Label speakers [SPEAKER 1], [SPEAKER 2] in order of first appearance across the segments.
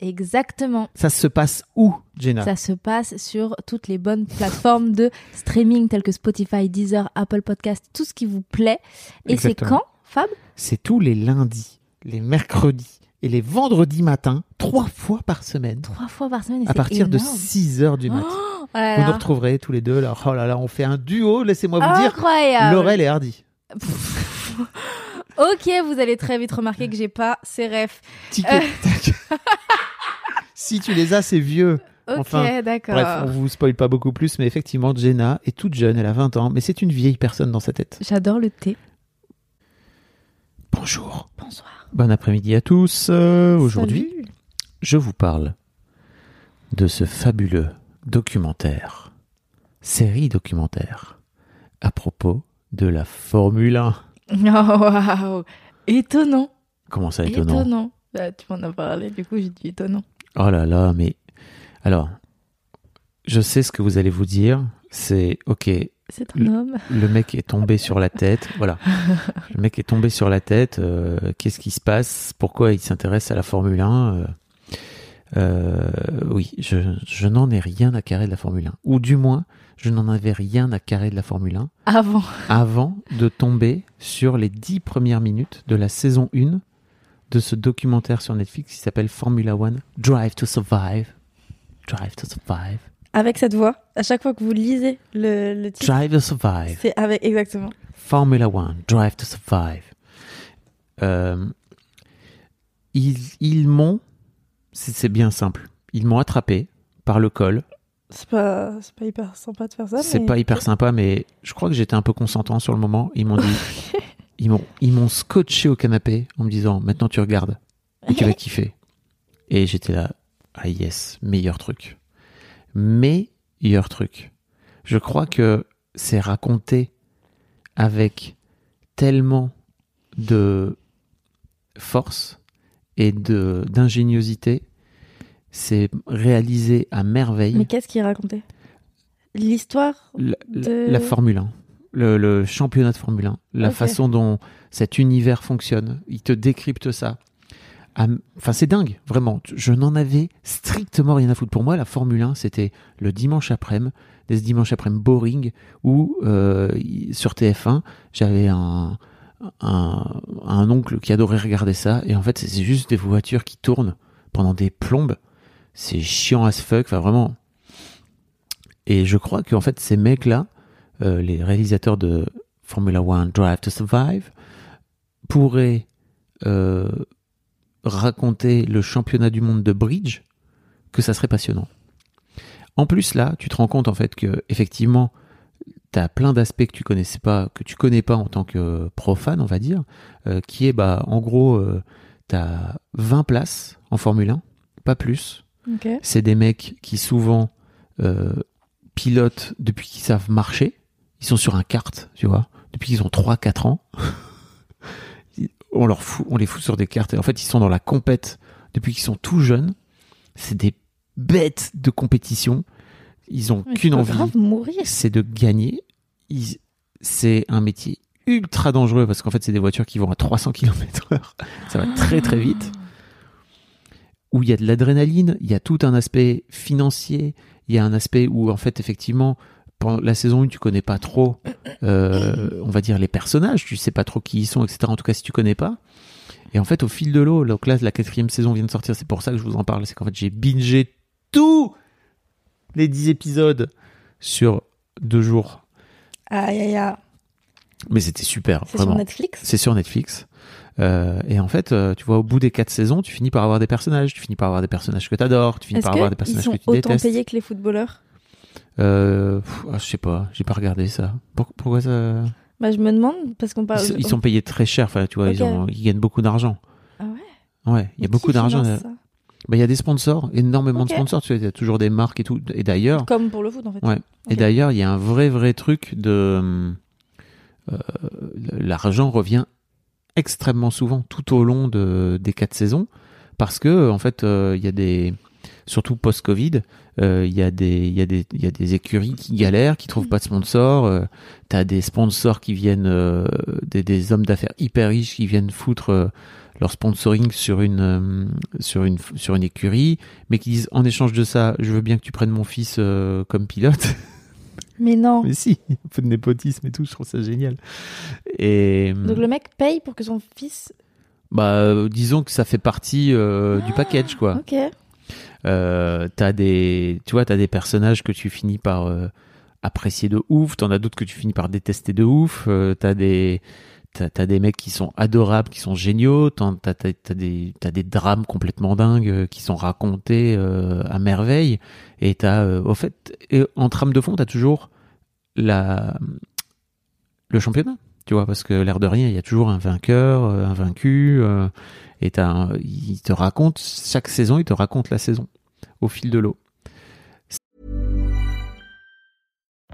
[SPEAKER 1] Exactement.
[SPEAKER 2] Ça se passe où, Jenna
[SPEAKER 1] Ça se passe sur toutes les bonnes plateformes de streaming telles que Spotify, Deezer, Apple Podcast, tout ce qui vous plaît. Et c'est
[SPEAKER 2] Exactement.
[SPEAKER 1] quand, Fab
[SPEAKER 2] C'est tous les lundis, les mercredis et les vendredis matins, trois fois par semaine.
[SPEAKER 1] Trois fois par semaine. et
[SPEAKER 2] À
[SPEAKER 1] c'est
[SPEAKER 2] partir de
[SPEAKER 1] énorme.
[SPEAKER 2] 6 heures du matin.
[SPEAKER 1] Oh là
[SPEAKER 2] vous nous
[SPEAKER 1] là.
[SPEAKER 2] retrouverez tous les deux. Là. Oh là là, on fait un duo, laissez-moi vous dire.
[SPEAKER 1] Ah, Incroyable.
[SPEAKER 2] Laurel et Hardy.
[SPEAKER 1] Ok, vous allez très vite remarquer que j'ai pas ces refs.
[SPEAKER 2] Tic et tac. si tu les as, c'est vieux.
[SPEAKER 1] Ok,
[SPEAKER 2] Enfin,
[SPEAKER 1] d'accord.
[SPEAKER 2] Bref, on vous spoil pas beaucoup plus, mais effectivement, Jenna est toute jeune, elle a 20 ans, mais c'est une vieille personne dans sa tête.
[SPEAKER 1] J'adore le thé.
[SPEAKER 2] Bonjour.
[SPEAKER 1] Bonsoir.
[SPEAKER 2] Bon après-midi à tous. Euh, Aujourd'hui, je vous parle de ce fabuleux documentaire, série documentaire, à propos de la Formule 1.
[SPEAKER 1] Salut. Oh, waouh. Étonnant.
[SPEAKER 2] Comment ça,
[SPEAKER 1] Étonnant.
[SPEAKER 2] étonnant
[SPEAKER 1] Bah, tu m'en as parlé, du coup j'ai dit étonnant.
[SPEAKER 2] Oh là là, mais... Alors, je sais ce que vous allez vous dire, c'est, ok,
[SPEAKER 1] C'est un
[SPEAKER 2] Le-
[SPEAKER 1] homme.
[SPEAKER 2] Le mec est tombé sur la tête. Voilà. Le mec est tombé sur la tête. euh, Qu'est-ce qui se passe Pourquoi il s'intéresse à la Formule 1 Euh, euh, Oui, je, je n'en ai rien à carrer de la Formule 1. Ou du moins, je n'en avais rien à carrer de la Formule 1
[SPEAKER 1] Avant.
[SPEAKER 2] avant de tomber sur les dix premières minutes de la saison 1 de ce documentaire sur Netflix qui s'appelle Formula 1 Drive to Survive. Drive to Survive.
[SPEAKER 3] Avec cette voix, à chaque fois que vous lisez le, le titre,
[SPEAKER 2] Drive to Survive.
[SPEAKER 3] c'est avec exactement.
[SPEAKER 2] Formula One, Drive to Survive. Euh, ils ils m'ont, c'est c'est bien simple, ils m'ont attrapé par le col.
[SPEAKER 3] C'est pas, c'est pas hyper sympa de faire ça.
[SPEAKER 2] C'est
[SPEAKER 3] mais-
[SPEAKER 2] pas hyper sympa, mais je crois que j'étais un peu consentant sur le moment. Ils m'ont dit, ils m'ont, ils m'ont scotché au canapé en me disant, maintenant tu regardes et tu vas kiffer. Et j'étais là, ah yes, meilleur truc, meilleur truc. Je crois que c'est raconté avec tellement de force et de d'ingéniosité. C'est réalisé à merveille.
[SPEAKER 3] Mais qu'est-ce qu'il racontait L'histoire
[SPEAKER 2] La, la-
[SPEAKER 3] de-
[SPEAKER 2] la Formule 1, le, le championnat de Formule 1, la
[SPEAKER 3] Ok.
[SPEAKER 2] façon dont cet univers fonctionne, il te décrypte ça. Ah, m- Enfin, c'est dingue, vraiment. Tu- Je n'en avais strictement rien à foutre. Pour moi, la Formule 1, c'était le dimanche après-midi, des dimanches après-midi boring, où euh, il- sur TF1, j'avais un, un, un oncle qui adorait regarder ça. Et en fait, c'est juste des voitures qui tournent pendant des plombes. C'est chiant as fuck, enfin vraiment. Et je crois qu'en fait, ces mecs-là, euh, les réalisateurs de Formula One Drive to Survive, pourraient euh, raconter le championnat du monde de bridge, que ça serait passionnant. En plus, là, tu te rends compte en fait que, effectivement, tu as plein d'aspects que tu connaissais pas, que tu connais pas en tant que profane, on va dire, euh, qui est, bah, en gros, tu as 20 places en Formule 1, pas plus.
[SPEAKER 3] Ok.
[SPEAKER 2] C'est des mecs qui souvent euh, pilotent depuis qu'ils savent marcher. Ils sont sur un kart, tu vois, depuis qu'ils ont 3-4 ans. Ils- on, leur fout, on les fout sur des cartes. Et en fait, ils sont dans la compète depuis qu'ils sont tout jeunes. C'est des bêtes de compétition. Ils ont
[SPEAKER 3] Mais tu
[SPEAKER 2] qu'une
[SPEAKER 3] peux
[SPEAKER 2] envie
[SPEAKER 3] grave mourir.
[SPEAKER 2] c'est de gagner. Ils- C'est un métier ultra dangereux parce qu'en fait, c'est des voitures qui vont à 300 km/h. Ça va très très vite. Où il y a de l'adrénaline, il y a tout un aspect financier, il y a un aspect où en fait, effectivement, pendant la saison 1, tu connais pas trop, euh, on va dire, les personnages, tu sais pas trop qui ils sont, etc. En tout cas, si tu connais pas. Et en fait, au fil de l'eau, donc là, la quatrième saison vient de sortir, c'est pour ça que je vous en parle, c'est qu'en fait, j'ai bingé tous les 10 épisodes sur deux jours.
[SPEAKER 3] Aïe, aïe,
[SPEAKER 2] Ah,
[SPEAKER 3] aïe.
[SPEAKER 2] Mais c'était super,
[SPEAKER 3] C'est sur
[SPEAKER 2] vraiment.
[SPEAKER 3] Netflix
[SPEAKER 2] C'est sur Netflix. Euh, et en fait, euh, tu vois, au bout des quatre saisons, tu finis par avoir des personnages. Tu finis par avoir des personnages que t'adores. Tu finis
[SPEAKER 3] Est-ce
[SPEAKER 2] par avoir des
[SPEAKER 3] qu'ils
[SPEAKER 2] personnages
[SPEAKER 3] sont
[SPEAKER 2] que tu
[SPEAKER 3] autant
[SPEAKER 2] détestes.
[SPEAKER 3] payés que les footballeurs
[SPEAKER 2] Euh, pff, ah, je sais pas, j'ai pas regardé ça. Pour- pourquoi ça
[SPEAKER 3] Bah, je me demande, parce qu'on
[SPEAKER 2] ils,
[SPEAKER 3] parle.
[SPEAKER 2] sont- ils sont payés très cher. Enfin, tu vois, ils,
[SPEAKER 3] Ah, Ok.
[SPEAKER 2] ont- ils gagnent beaucoup d'argent.
[SPEAKER 3] Ah ouais
[SPEAKER 2] Ouais, il y a
[SPEAKER 3] Mais
[SPEAKER 2] beaucoup
[SPEAKER 3] qui
[SPEAKER 2] d'argent.
[SPEAKER 3] finance
[SPEAKER 2] là.
[SPEAKER 3] ça
[SPEAKER 2] Bah, il y a des sponsors, énormément de
[SPEAKER 3] Ok.
[SPEAKER 2] sponsors. Tu vois, il y a toujours des marques et tout. Et d'ailleurs,
[SPEAKER 3] Comme pour le foot, en fait.
[SPEAKER 2] Ouais. Et
[SPEAKER 3] Ok.
[SPEAKER 2] d'ailleurs, il y a un vrai, vrai truc de. hum, euh, L'argent revient extrêmement souvent tout au long de, des quatre saisons parce que, en fait, euh, il y a des. Surtout post-Covid, euh, il y, a des- il y, a des- il y a des écuries qui galèrent, qui trouvent pas de sponsors. euh, T'as des sponsors qui viennent, euh, des, des hommes d'affaires hyper riches qui viennent foutre euh, leur sponsoring sur une, euh, sur, une, sur une écurie, mais qui disent en échange de ça, je veux bien que tu prennes mon fils euh, comme pilote.
[SPEAKER 3] Mais non.
[SPEAKER 2] Mais si, un peu de népotisme et tout, je trouve ça génial. Et
[SPEAKER 3] Donc le mec paye pour que son fils.
[SPEAKER 2] bah, euh, disons que ça fait partie euh, du package, quoi.
[SPEAKER 3] Ok.
[SPEAKER 2] Euh, t'as des, tu vois, t'as des personnages que tu finis par euh, apprécier de ouf, t'en as d'autres que tu finis par détester de ouf, euh, t'as des, t'as, t'as des mecs qui sont adorables, qui sont géniaux, t'en- t'as, t'as- t'as des, t'as des drames complètement dingues euh, qui sont racontés euh, à merveille, et t'as, euh, au fait, et en trame de fond, t'as toujours la, le championnat. Tu vois, parce que l'air de rien, il y a toujours un vainqueur, euh, un vaincu, euh, et t'as un- il te raconte, chaque saison, il te raconte la saison au fil de l'eau.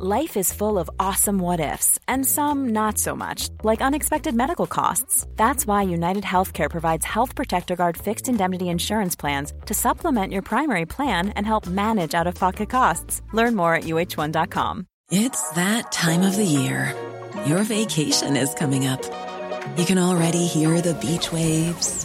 [SPEAKER 4] Life is full of awesome what ifs, and some not so much, like unexpected medical costs. That's why United Healthcare provides Health Protector Guard fixed indemnity insurance plans to supplement your primary plan and help manage out of pocket costs. Learn more at uh1.com.
[SPEAKER 5] It's that time of the year. Your vacation is coming up. You can already hear the beach waves,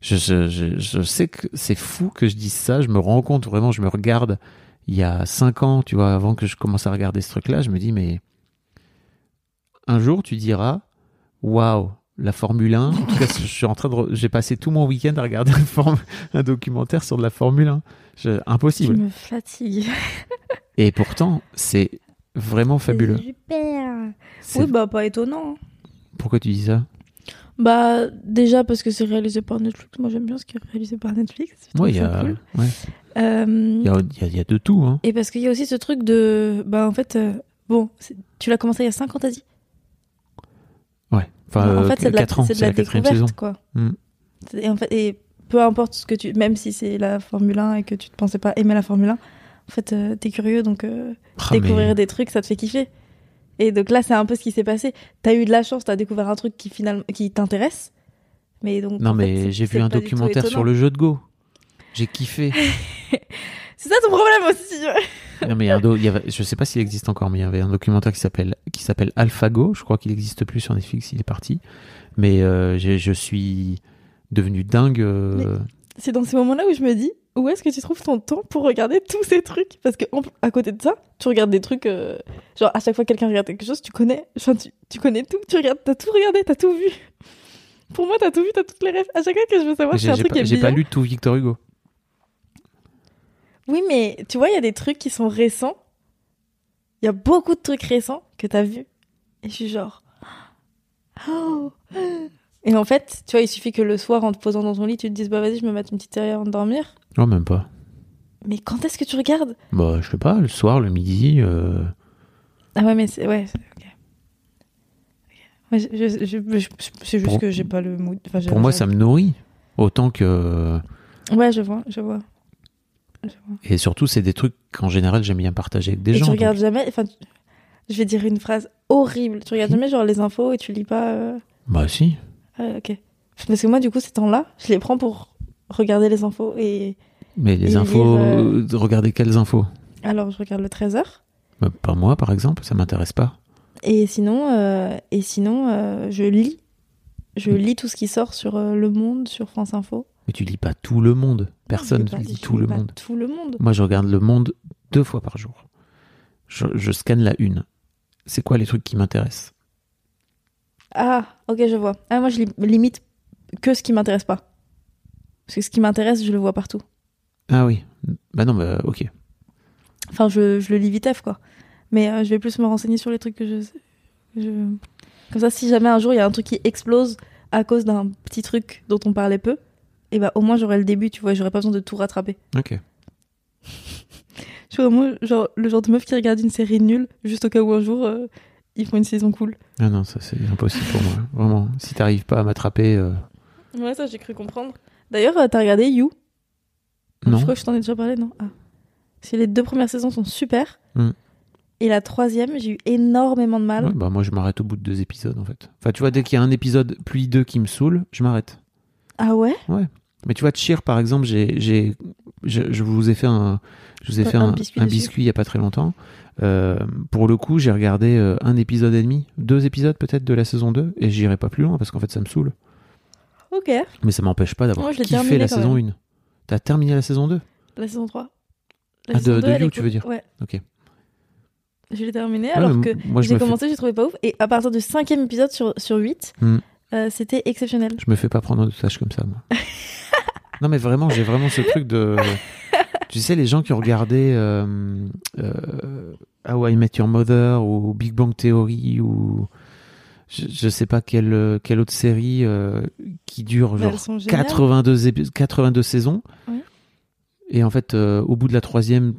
[SPEAKER 2] Je, je- je- je sais que c'est fou que je dise ça. Je me rends compte vraiment, je me regarde il y a cinq ans, tu vois, avant que je commence à regarder ce truc-là. Je me dis, mais un jour, tu diras waouh, la Formule 1. En tout cas, je suis en train de. re- J'ai passé tout mon week-end à regarder un, form- un documentaire sur de la Formule 1. Je-
[SPEAKER 3] Tu
[SPEAKER 2] Impossible.
[SPEAKER 3] me fatigues.
[SPEAKER 2] Et pourtant, c'est vraiment fabuleux.
[SPEAKER 3] Super.
[SPEAKER 2] C'est-
[SPEAKER 3] Oui, bah pas étonnant. hein.
[SPEAKER 2] Pourquoi tu dis ça
[SPEAKER 3] Bah déjà parce que c'est réalisé par Netflix. Moi j'aime bien ce qui est réalisé par Netflix. C'est
[SPEAKER 2] Ouais, il y
[SPEAKER 3] plutôt
[SPEAKER 2] a,
[SPEAKER 3] cool.
[SPEAKER 2] ouais.
[SPEAKER 3] Euh,
[SPEAKER 2] Il y a, il y a- il y a de tout. Hein.
[SPEAKER 3] Et parce qu'il y a aussi ce truc de. Bah en fait, euh, bon, c'est- tu l'as commencé il y a 5 ans, t'as dit
[SPEAKER 2] Ouais. Enfin,
[SPEAKER 3] en
[SPEAKER 2] euh,
[SPEAKER 3] fait, c'est de la,
[SPEAKER 2] quatre ans,
[SPEAKER 3] c'est de la
[SPEAKER 2] quatrième
[SPEAKER 3] découverte,
[SPEAKER 2] saison.
[SPEAKER 3] quoi.
[SPEAKER 2] Mm.
[SPEAKER 3] C'est- Et en fait, et peu importe ce que tu, même si c'est la Formule 1 et que tu ne pensais pas aimer la Formule 1, en fait, euh, t'es curieux, donc euh,
[SPEAKER 2] Ah, mais-
[SPEAKER 3] découvrir des trucs, ça te fait kiffer. Et donc là, c'est un peu ce qui s'est passé. T'as eu de la chance, t'as découvert un truc qui finalement, qui t'intéresse. Mais donc,
[SPEAKER 2] Non,
[SPEAKER 3] en fait,
[SPEAKER 2] mais
[SPEAKER 3] c'est-
[SPEAKER 2] j'ai
[SPEAKER 3] c'est
[SPEAKER 2] vu un
[SPEAKER 3] pas du tout
[SPEAKER 2] documentaire sur
[SPEAKER 3] étonnant.
[SPEAKER 2] le jeu de Go. J'ai kiffé.
[SPEAKER 3] C'est ça ton problème aussi. ouais.
[SPEAKER 2] non, mais il y a un do- il y avait- je sais pas s'il existe encore, mais il y avait un documentaire qui s'appelle qui s'appelle AlphaGo. Je crois qu'il n'existe plus sur Netflix, il est parti. Mais euh, j'ai- je suis devenu dingue. euh,
[SPEAKER 3] C'est dans ces moments-là où je me dis, où est-ce que tu trouves ton temps pour regarder tous ces trucs Parce que en- à côté de ça, tu regardes des trucs, euh, genre à chaque fois que quelqu'un regarde quelque chose, tu connais, genre, tu, tu connais tout, tu regardes, t'as tout regardé, t'as tout vu. Pour moi, t'as tout vu, t'as toutes les rêves. À chaque fois que je veux savoir, c'est
[SPEAKER 2] J'ai
[SPEAKER 3] un
[SPEAKER 2] j'ai
[SPEAKER 3] truc qui
[SPEAKER 2] pas,
[SPEAKER 3] est
[SPEAKER 2] j'ai pas
[SPEAKER 3] bizarre.
[SPEAKER 2] lu tout Victor Hugo.
[SPEAKER 3] Oui, mais tu vois, il y a des trucs qui sont récents. Il y a beaucoup de trucs récents que t'as vu. Et je suis genre. Oh. Et en fait, tu vois, il suffit que le soir, en te posant dans ton lit, tu te dises, bah vas-y, je me mets une petite série avant de dormir.
[SPEAKER 2] Non, Oh, même pas.
[SPEAKER 3] Mais quand est-ce que tu regardes
[SPEAKER 2] Bah, je sais pas. Le soir, le midi. euh,
[SPEAKER 3] Ah ouais, mais c'est. Ouais, c'est- ok. Ouais, je- je- je- je- je- c'est juste
[SPEAKER 2] Pour-
[SPEAKER 3] que j'ai pas le mood. Enfin, j'ai-
[SPEAKER 2] Pour moi,
[SPEAKER 3] j'ai-
[SPEAKER 2] ça me nourrit autant que.
[SPEAKER 3] Ouais, je vois, je vois. Je vois.
[SPEAKER 2] Et surtout, c'est des trucs qu'en général, j'aime bien partager avec des
[SPEAKER 3] Et
[SPEAKER 2] gens.
[SPEAKER 3] tu
[SPEAKER 2] donc-
[SPEAKER 3] regardes jamais. Enfin, tu- je vais dire une phrase horrible. Tu
[SPEAKER 2] Mmh.
[SPEAKER 3] regardes jamais, genre, les infos et tu lis pas. euh,
[SPEAKER 2] Bah, si.
[SPEAKER 3] euh, ok. Parce que moi, du coup, ces temps-là, je les prends pour regarder les infos et.
[SPEAKER 2] Mais les
[SPEAKER 3] Et
[SPEAKER 2] infos,
[SPEAKER 3] lire, euh,
[SPEAKER 2] regardez quelles infos
[SPEAKER 3] Alors, je regarde le 13h.
[SPEAKER 2] Bah, Pas moi, par exemple, ça m'intéresse pas.
[SPEAKER 3] Et sinon, euh, et sinon euh, je lis. Je
[SPEAKER 2] Mmh.
[SPEAKER 3] lis tout ce qui sort sur euh, Le Monde, sur France Info.
[SPEAKER 2] Mais tu lis pas tout le monde. Personne
[SPEAKER 3] Je lis
[SPEAKER 2] ne
[SPEAKER 3] pas-
[SPEAKER 2] lit
[SPEAKER 3] je
[SPEAKER 2] tout
[SPEAKER 3] lis
[SPEAKER 2] le
[SPEAKER 3] pas
[SPEAKER 2] monde.
[SPEAKER 3] Tout le monde.
[SPEAKER 2] Moi, je regarde le monde deux fois par jour. Je, je scanne la une. C'est quoi les trucs qui m'intéressent
[SPEAKER 3] Ah, ok, je vois. Ah, moi, je lis- limite que ce qui m'intéresse pas. Parce que ce qui m'intéresse, je le vois partout.
[SPEAKER 2] Ah oui. Bah non, bah ok.
[SPEAKER 3] Enfin, je, je le lis vitef, quoi. Mais euh, je vais plus me renseigner sur les trucs que je sais. que je- Comme ça, si jamais un jour il y a un truc qui explose à cause d'un petit truc dont on parlait peu, et bah au moins j'aurai le début, tu vois, j'aurai pas besoin de tout rattraper.
[SPEAKER 2] Ok.
[SPEAKER 3] Je suis vraiment genre, le genre de meuf qui regarde une série nulle, juste au cas où un jour euh, ils font une saison cool.
[SPEAKER 2] Ah non, ça c'est impossible pour moi. Vraiment. Si t'arrives pas à m'attraper, euh,
[SPEAKER 3] Ouais, ça j'ai cru comprendre. D'ailleurs, euh, t'as regardé You Je
[SPEAKER 2] non.
[SPEAKER 3] crois que je t'en ai déjà parlé, non ah. Parce que les deux premières saisons sont super.
[SPEAKER 2] Mm.
[SPEAKER 3] Et la troisième, j'ai eu énormément de mal.
[SPEAKER 2] Ouais, bah moi, je m'arrête au bout de deux épisodes en fait. Enfin, tu vois, dès qu'il y a un épisode puis deux qui me saoule, je m'arrête.
[SPEAKER 3] Ah ouais
[SPEAKER 2] Mais tu vois, Cheer, par exemple, j'ai, j'ai, je, je vous ai fait un, je vous ai
[SPEAKER 3] Ouais,
[SPEAKER 2] fait
[SPEAKER 3] un
[SPEAKER 2] un, un biscuit,
[SPEAKER 3] biscuit dessus.
[SPEAKER 2] il y a pas très longtemps. Euh, pour le coup, j'ai regardé euh, un épisode et demi, deux épisodes peut-être de la saison 2, et j'irai pas plus loin parce qu'en fait, ça me saoule.
[SPEAKER 3] Ok.
[SPEAKER 2] Mais ça m'empêche pas d'avoir
[SPEAKER 3] Moi, je l'ai
[SPEAKER 2] kiffé
[SPEAKER 3] terminé
[SPEAKER 2] la
[SPEAKER 3] quand
[SPEAKER 2] saison 1. T'as terminé la saison 2
[SPEAKER 3] La saison 3.
[SPEAKER 2] Ah, de- de
[SPEAKER 3] elle
[SPEAKER 2] You,
[SPEAKER 3] est
[SPEAKER 2] tu veux dire
[SPEAKER 3] Ouais.
[SPEAKER 2] Ok.
[SPEAKER 3] Je l'ai terminé
[SPEAKER 2] Ouais,
[SPEAKER 3] alors
[SPEAKER 2] mais
[SPEAKER 3] que
[SPEAKER 2] m- moi, je
[SPEAKER 3] j'ai
[SPEAKER 2] me, fais-
[SPEAKER 3] commencé, j'ai trouvé pas ouf. Et à partir du cinquième épisode sur, sur 8,
[SPEAKER 2] Hmm.
[SPEAKER 3] euh, c'était exceptionnel.
[SPEAKER 2] je me fais pas prendre en otage comme ça, moi. non, mais vraiment, j'ai vraiment ce truc de. Tu sais, les gens qui ont regardé euh, euh, How I Met Your Mother ou Big Bang Theory ou je, je sais pas quelle, quelle autre série euh, qui dure
[SPEAKER 3] Bah,
[SPEAKER 2] genre
[SPEAKER 3] elles sont géniales.
[SPEAKER 2] 82, épis- 82 saisons.
[SPEAKER 3] Ouais.
[SPEAKER 2] Et en fait, euh, au bout de la troisième,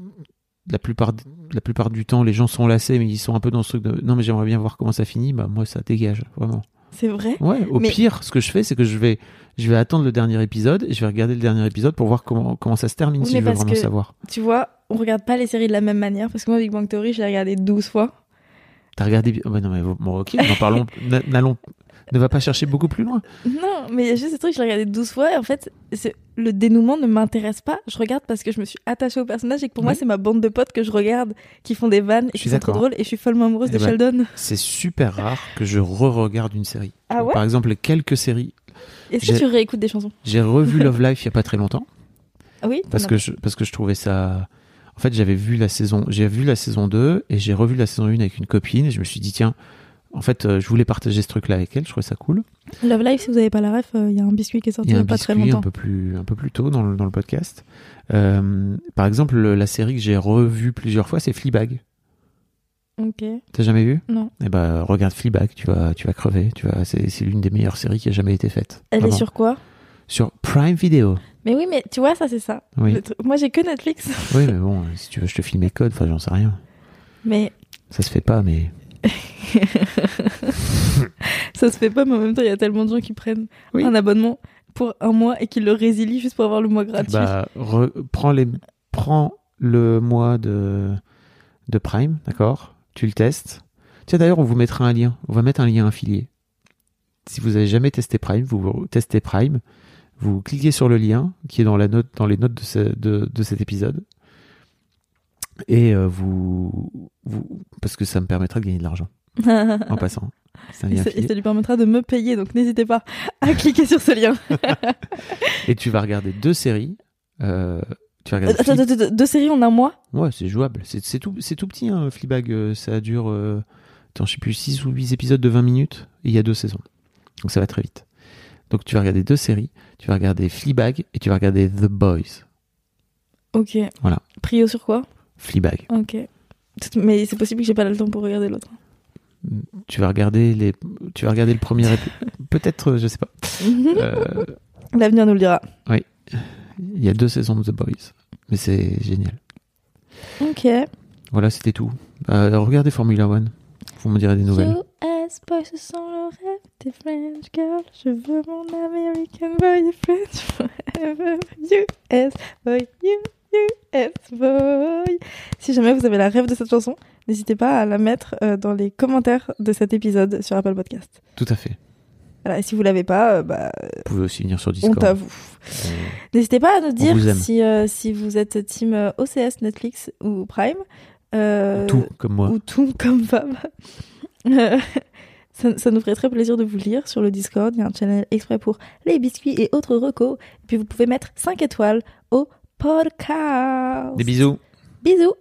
[SPEAKER 2] la plupart, d- la plupart du temps, les gens sont lassés, mais ils sont un peu dans ce truc de non, mais j'aimerais bien voir comment ça finit. Bah, moi, ça dégage, vraiment.
[SPEAKER 3] C'est vrai
[SPEAKER 2] Ouais, au
[SPEAKER 3] Mais-
[SPEAKER 2] pire, ce que je fais, c'est que je vais, je vais attendre le dernier épisode et je vais regarder le dernier épisode pour voir comment, comment ça se termine
[SPEAKER 3] Oui,
[SPEAKER 2] si
[SPEAKER 3] mais
[SPEAKER 2] je veux
[SPEAKER 3] parce
[SPEAKER 2] vraiment
[SPEAKER 3] que-
[SPEAKER 2] savoir.
[SPEAKER 3] Tu vois, on regarde pas les séries de la même manière parce que moi, Big Bang Theory, je l'ai regardé 12 fois.
[SPEAKER 2] T'as regardé. bi- oh, bah non, mais bon, ok, n'en parlons. n'a- n'allons- ne va pas chercher beaucoup plus loin.
[SPEAKER 3] Non, mais il y a juste ce truc, je l'ai regardé 12 fois et en fait, c'est- le dénouement ne m'intéresse pas. Je regarde parce que je me suis attachée au personnage et que pour moi,
[SPEAKER 2] Oui.
[SPEAKER 3] c'est ma bande de potes que je regarde qui font des vannes
[SPEAKER 2] Je
[SPEAKER 3] et qui
[SPEAKER 2] suis
[SPEAKER 3] sont trop
[SPEAKER 2] d'accord.
[SPEAKER 3] drôles et je suis follement amoureuse
[SPEAKER 2] Eh
[SPEAKER 3] de
[SPEAKER 2] ben,
[SPEAKER 3] Sheldon.
[SPEAKER 2] C'est super rare que je re-regarde une série.
[SPEAKER 3] Ah ouais
[SPEAKER 2] Par exemple, quelques séries.
[SPEAKER 3] Est-ce
[SPEAKER 2] bah, j'ai-
[SPEAKER 3] que tu réécoutes des chansons
[SPEAKER 2] J'ai revu Love Life il y a pas très longtemps.
[SPEAKER 3] Ah oui
[SPEAKER 2] parce
[SPEAKER 3] Non.
[SPEAKER 2] que je, parce que je trouvais ça en fait j'avais vu la saison j'ai vu la saison 2 et j'ai revu la saison 1 avec une copine et je me suis dit tiens en fait euh, je voulais partager ce truc là avec elle je trouvais ça cool
[SPEAKER 3] Love Live, si vous n'avez pas la ref, euh, il y a un biscuit qui est sorti
[SPEAKER 2] il
[SPEAKER 3] il
[SPEAKER 2] y
[SPEAKER 3] n'y
[SPEAKER 2] a
[SPEAKER 3] a
[SPEAKER 2] un
[SPEAKER 3] Oh, pas très
[SPEAKER 2] biscuit un
[SPEAKER 3] longtemps.
[SPEAKER 2] peu plus un peu plus tôt dans le, dans le podcast Euh, par exemple le- la série que j'ai revue plusieurs fois c'est Fleabag hein.
[SPEAKER 3] Ok.
[SPEAKER 2] t'as jamais vu
[SPEAKER 3] Non.
[SPEAKER 2] eh ben regarde Fleabag tu vas tu vas crever tu vas c'est c'est l'une des meilleures séries qui a jamais été faite
[SPEAKER 3] Elle
[SPEAKER 2] Vraiment.
[SPEAKER 3] est sur quoi
[SPEAKER 2] sur Prime Video
[SPEAKER 3] Mais oui, mais tu vois, ça c'est ça.
[SPEAKER 2] oui
[SPEAKER 3] Le truc- Moi j'ai que Netflix.
[SPEAKER 2] oui mais bon euh, si tu veux je te file mes codes enfin j'en sais rien
[SPEAKER 3] Mais
[SPEAKER 2] ça se fait pas mais
[SPEAKER 3] ça se fait pas, mais en même temps, il y a tellement de gens qui prennent
[SPEAKER 2] Oui.
[SPEAKER 3] un abonnement pour un mois et qui le résilient juste pour avoir le mois gratuit.
[SPEAKER 2] Bah, re- prends, les, prends le mois de, de Prime, d'accord Tu le testes. Tiens, d'ailleurs, on vous mettra un lien. On va mettre un lien affilié. Si vous avez jamais testé Prime, vous testez Prime, vous cliquez sur le lien qui est dans, la note, dans les notes de, ce- de- de cet épisode. Et euh, vous, vous. Parce que ça me permettra de gagner de l'argent en passant. C'est un
[SPEAKER 3] Et
[SPEAKER 2] lien
[SPEAKER 3] ça, et
[SPEAKER 2] affilié.
[SPEAKER 3] ça lui permettra de me payer, donc n'hésitez pas à cliquer sur ce lien.
[SPEAKER 2] Et tu vas regarder deux séries. euh, tu vas
[SPEAKER 3] Euh,
[SPEAKER 2] regarder
[SPEAKER 3] attends, attends, attends, deux séries en un mois
[SPEAKER 2] Ouais, c'est jouable. C'est c'est tout, c'est tout petit, hein, Fleabag. Euh, Ça dure, euh, attends, je sais plus, 6 ou 8 épisodes de 20 minutes. Et il y a deux saisons. Donc ça va très vite. Donc tu vas regarder deux séries. Tu vas regarder Fleabag et tu vas regarder The Boys.
[SPEAKER 3] Ok.
[SPEAKER 2] Voilà.
[SPEAKER 3] Prio sur quoi
[SPEAKER 2] Fleabag.
[SPEAKER 3] Ok. Tout- Mais c'est possible que j'ai pas le temps pour regarder l'autre.
[SPEAKER 2] Tu vas regarder, les, tu vas regarder le premier épisode. Peut-être, euh, je sais pas. Euh,
[SPEAKER 3] L'avenir nous le dira.
[SPEAKER 2] Il y a deux saisons de The Boys. Mais c'est génial.
[SPEAKER 3] Ok.
[SPEAKER 2] Voilà, c'était tout. Euh, regardez Formula One. Vous me direz des nouvelles.
[SPEAKER 3] US boy, ce sont le rêve des French girls. Je veux mon American boy, et French forever. US boy, you, US boy. Si jamais vous avez la rêve de cette chanson, n'hésitez pas à la mettre euh, dans les commentaires de cet épisode sur Apple Podcast.
[SPEAKER 2] Tout à fait.
[SPEAKER 3] Voilà, et si vous l'avez pas, euh, bah,
[SPEAKER 2] Vous pouvez aussi venir sur
[SPEAKER 3] on
[SPEAKER 2] Discord.
[SPEAKER 3] t'avoue.
[SPEAKER 2] Euh,
[SPEAKER 3] N'hésitez pas à nous dire
[SPEAKER 2] vous aime.
[SPEAKER 3] si, euh, si vous êtes team euh, OCS, Netflix ou Prime. Euh,
[SPEAKER 2] Tout, comme moi.
[SPEAKER 3] Ou tout comme femme. Euh, ça, ça nous ferait très plaisir de vous lire sur le Discord. Il y a un channel exprès pour les biscuits et autres recos. Et puis vous pouvez mettre 5 étoiles au podcast.
[SPEAKER 2] Des bisous.
[SPEAKER 3] Bisous.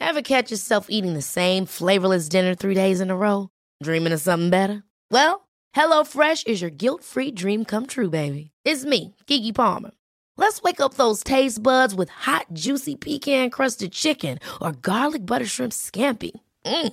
[SPEAKER 6] Ever catch yourself eating the same flavorless dinner three days in a row? Dreaming of something better? Well, HelloFresh is your guilt free dream come true, baby. It's me, Kiki Palmer. Let's wake up those taste buds with hot, juicy pecan crusted chicken or garlic butter shrimp scampi. Mm.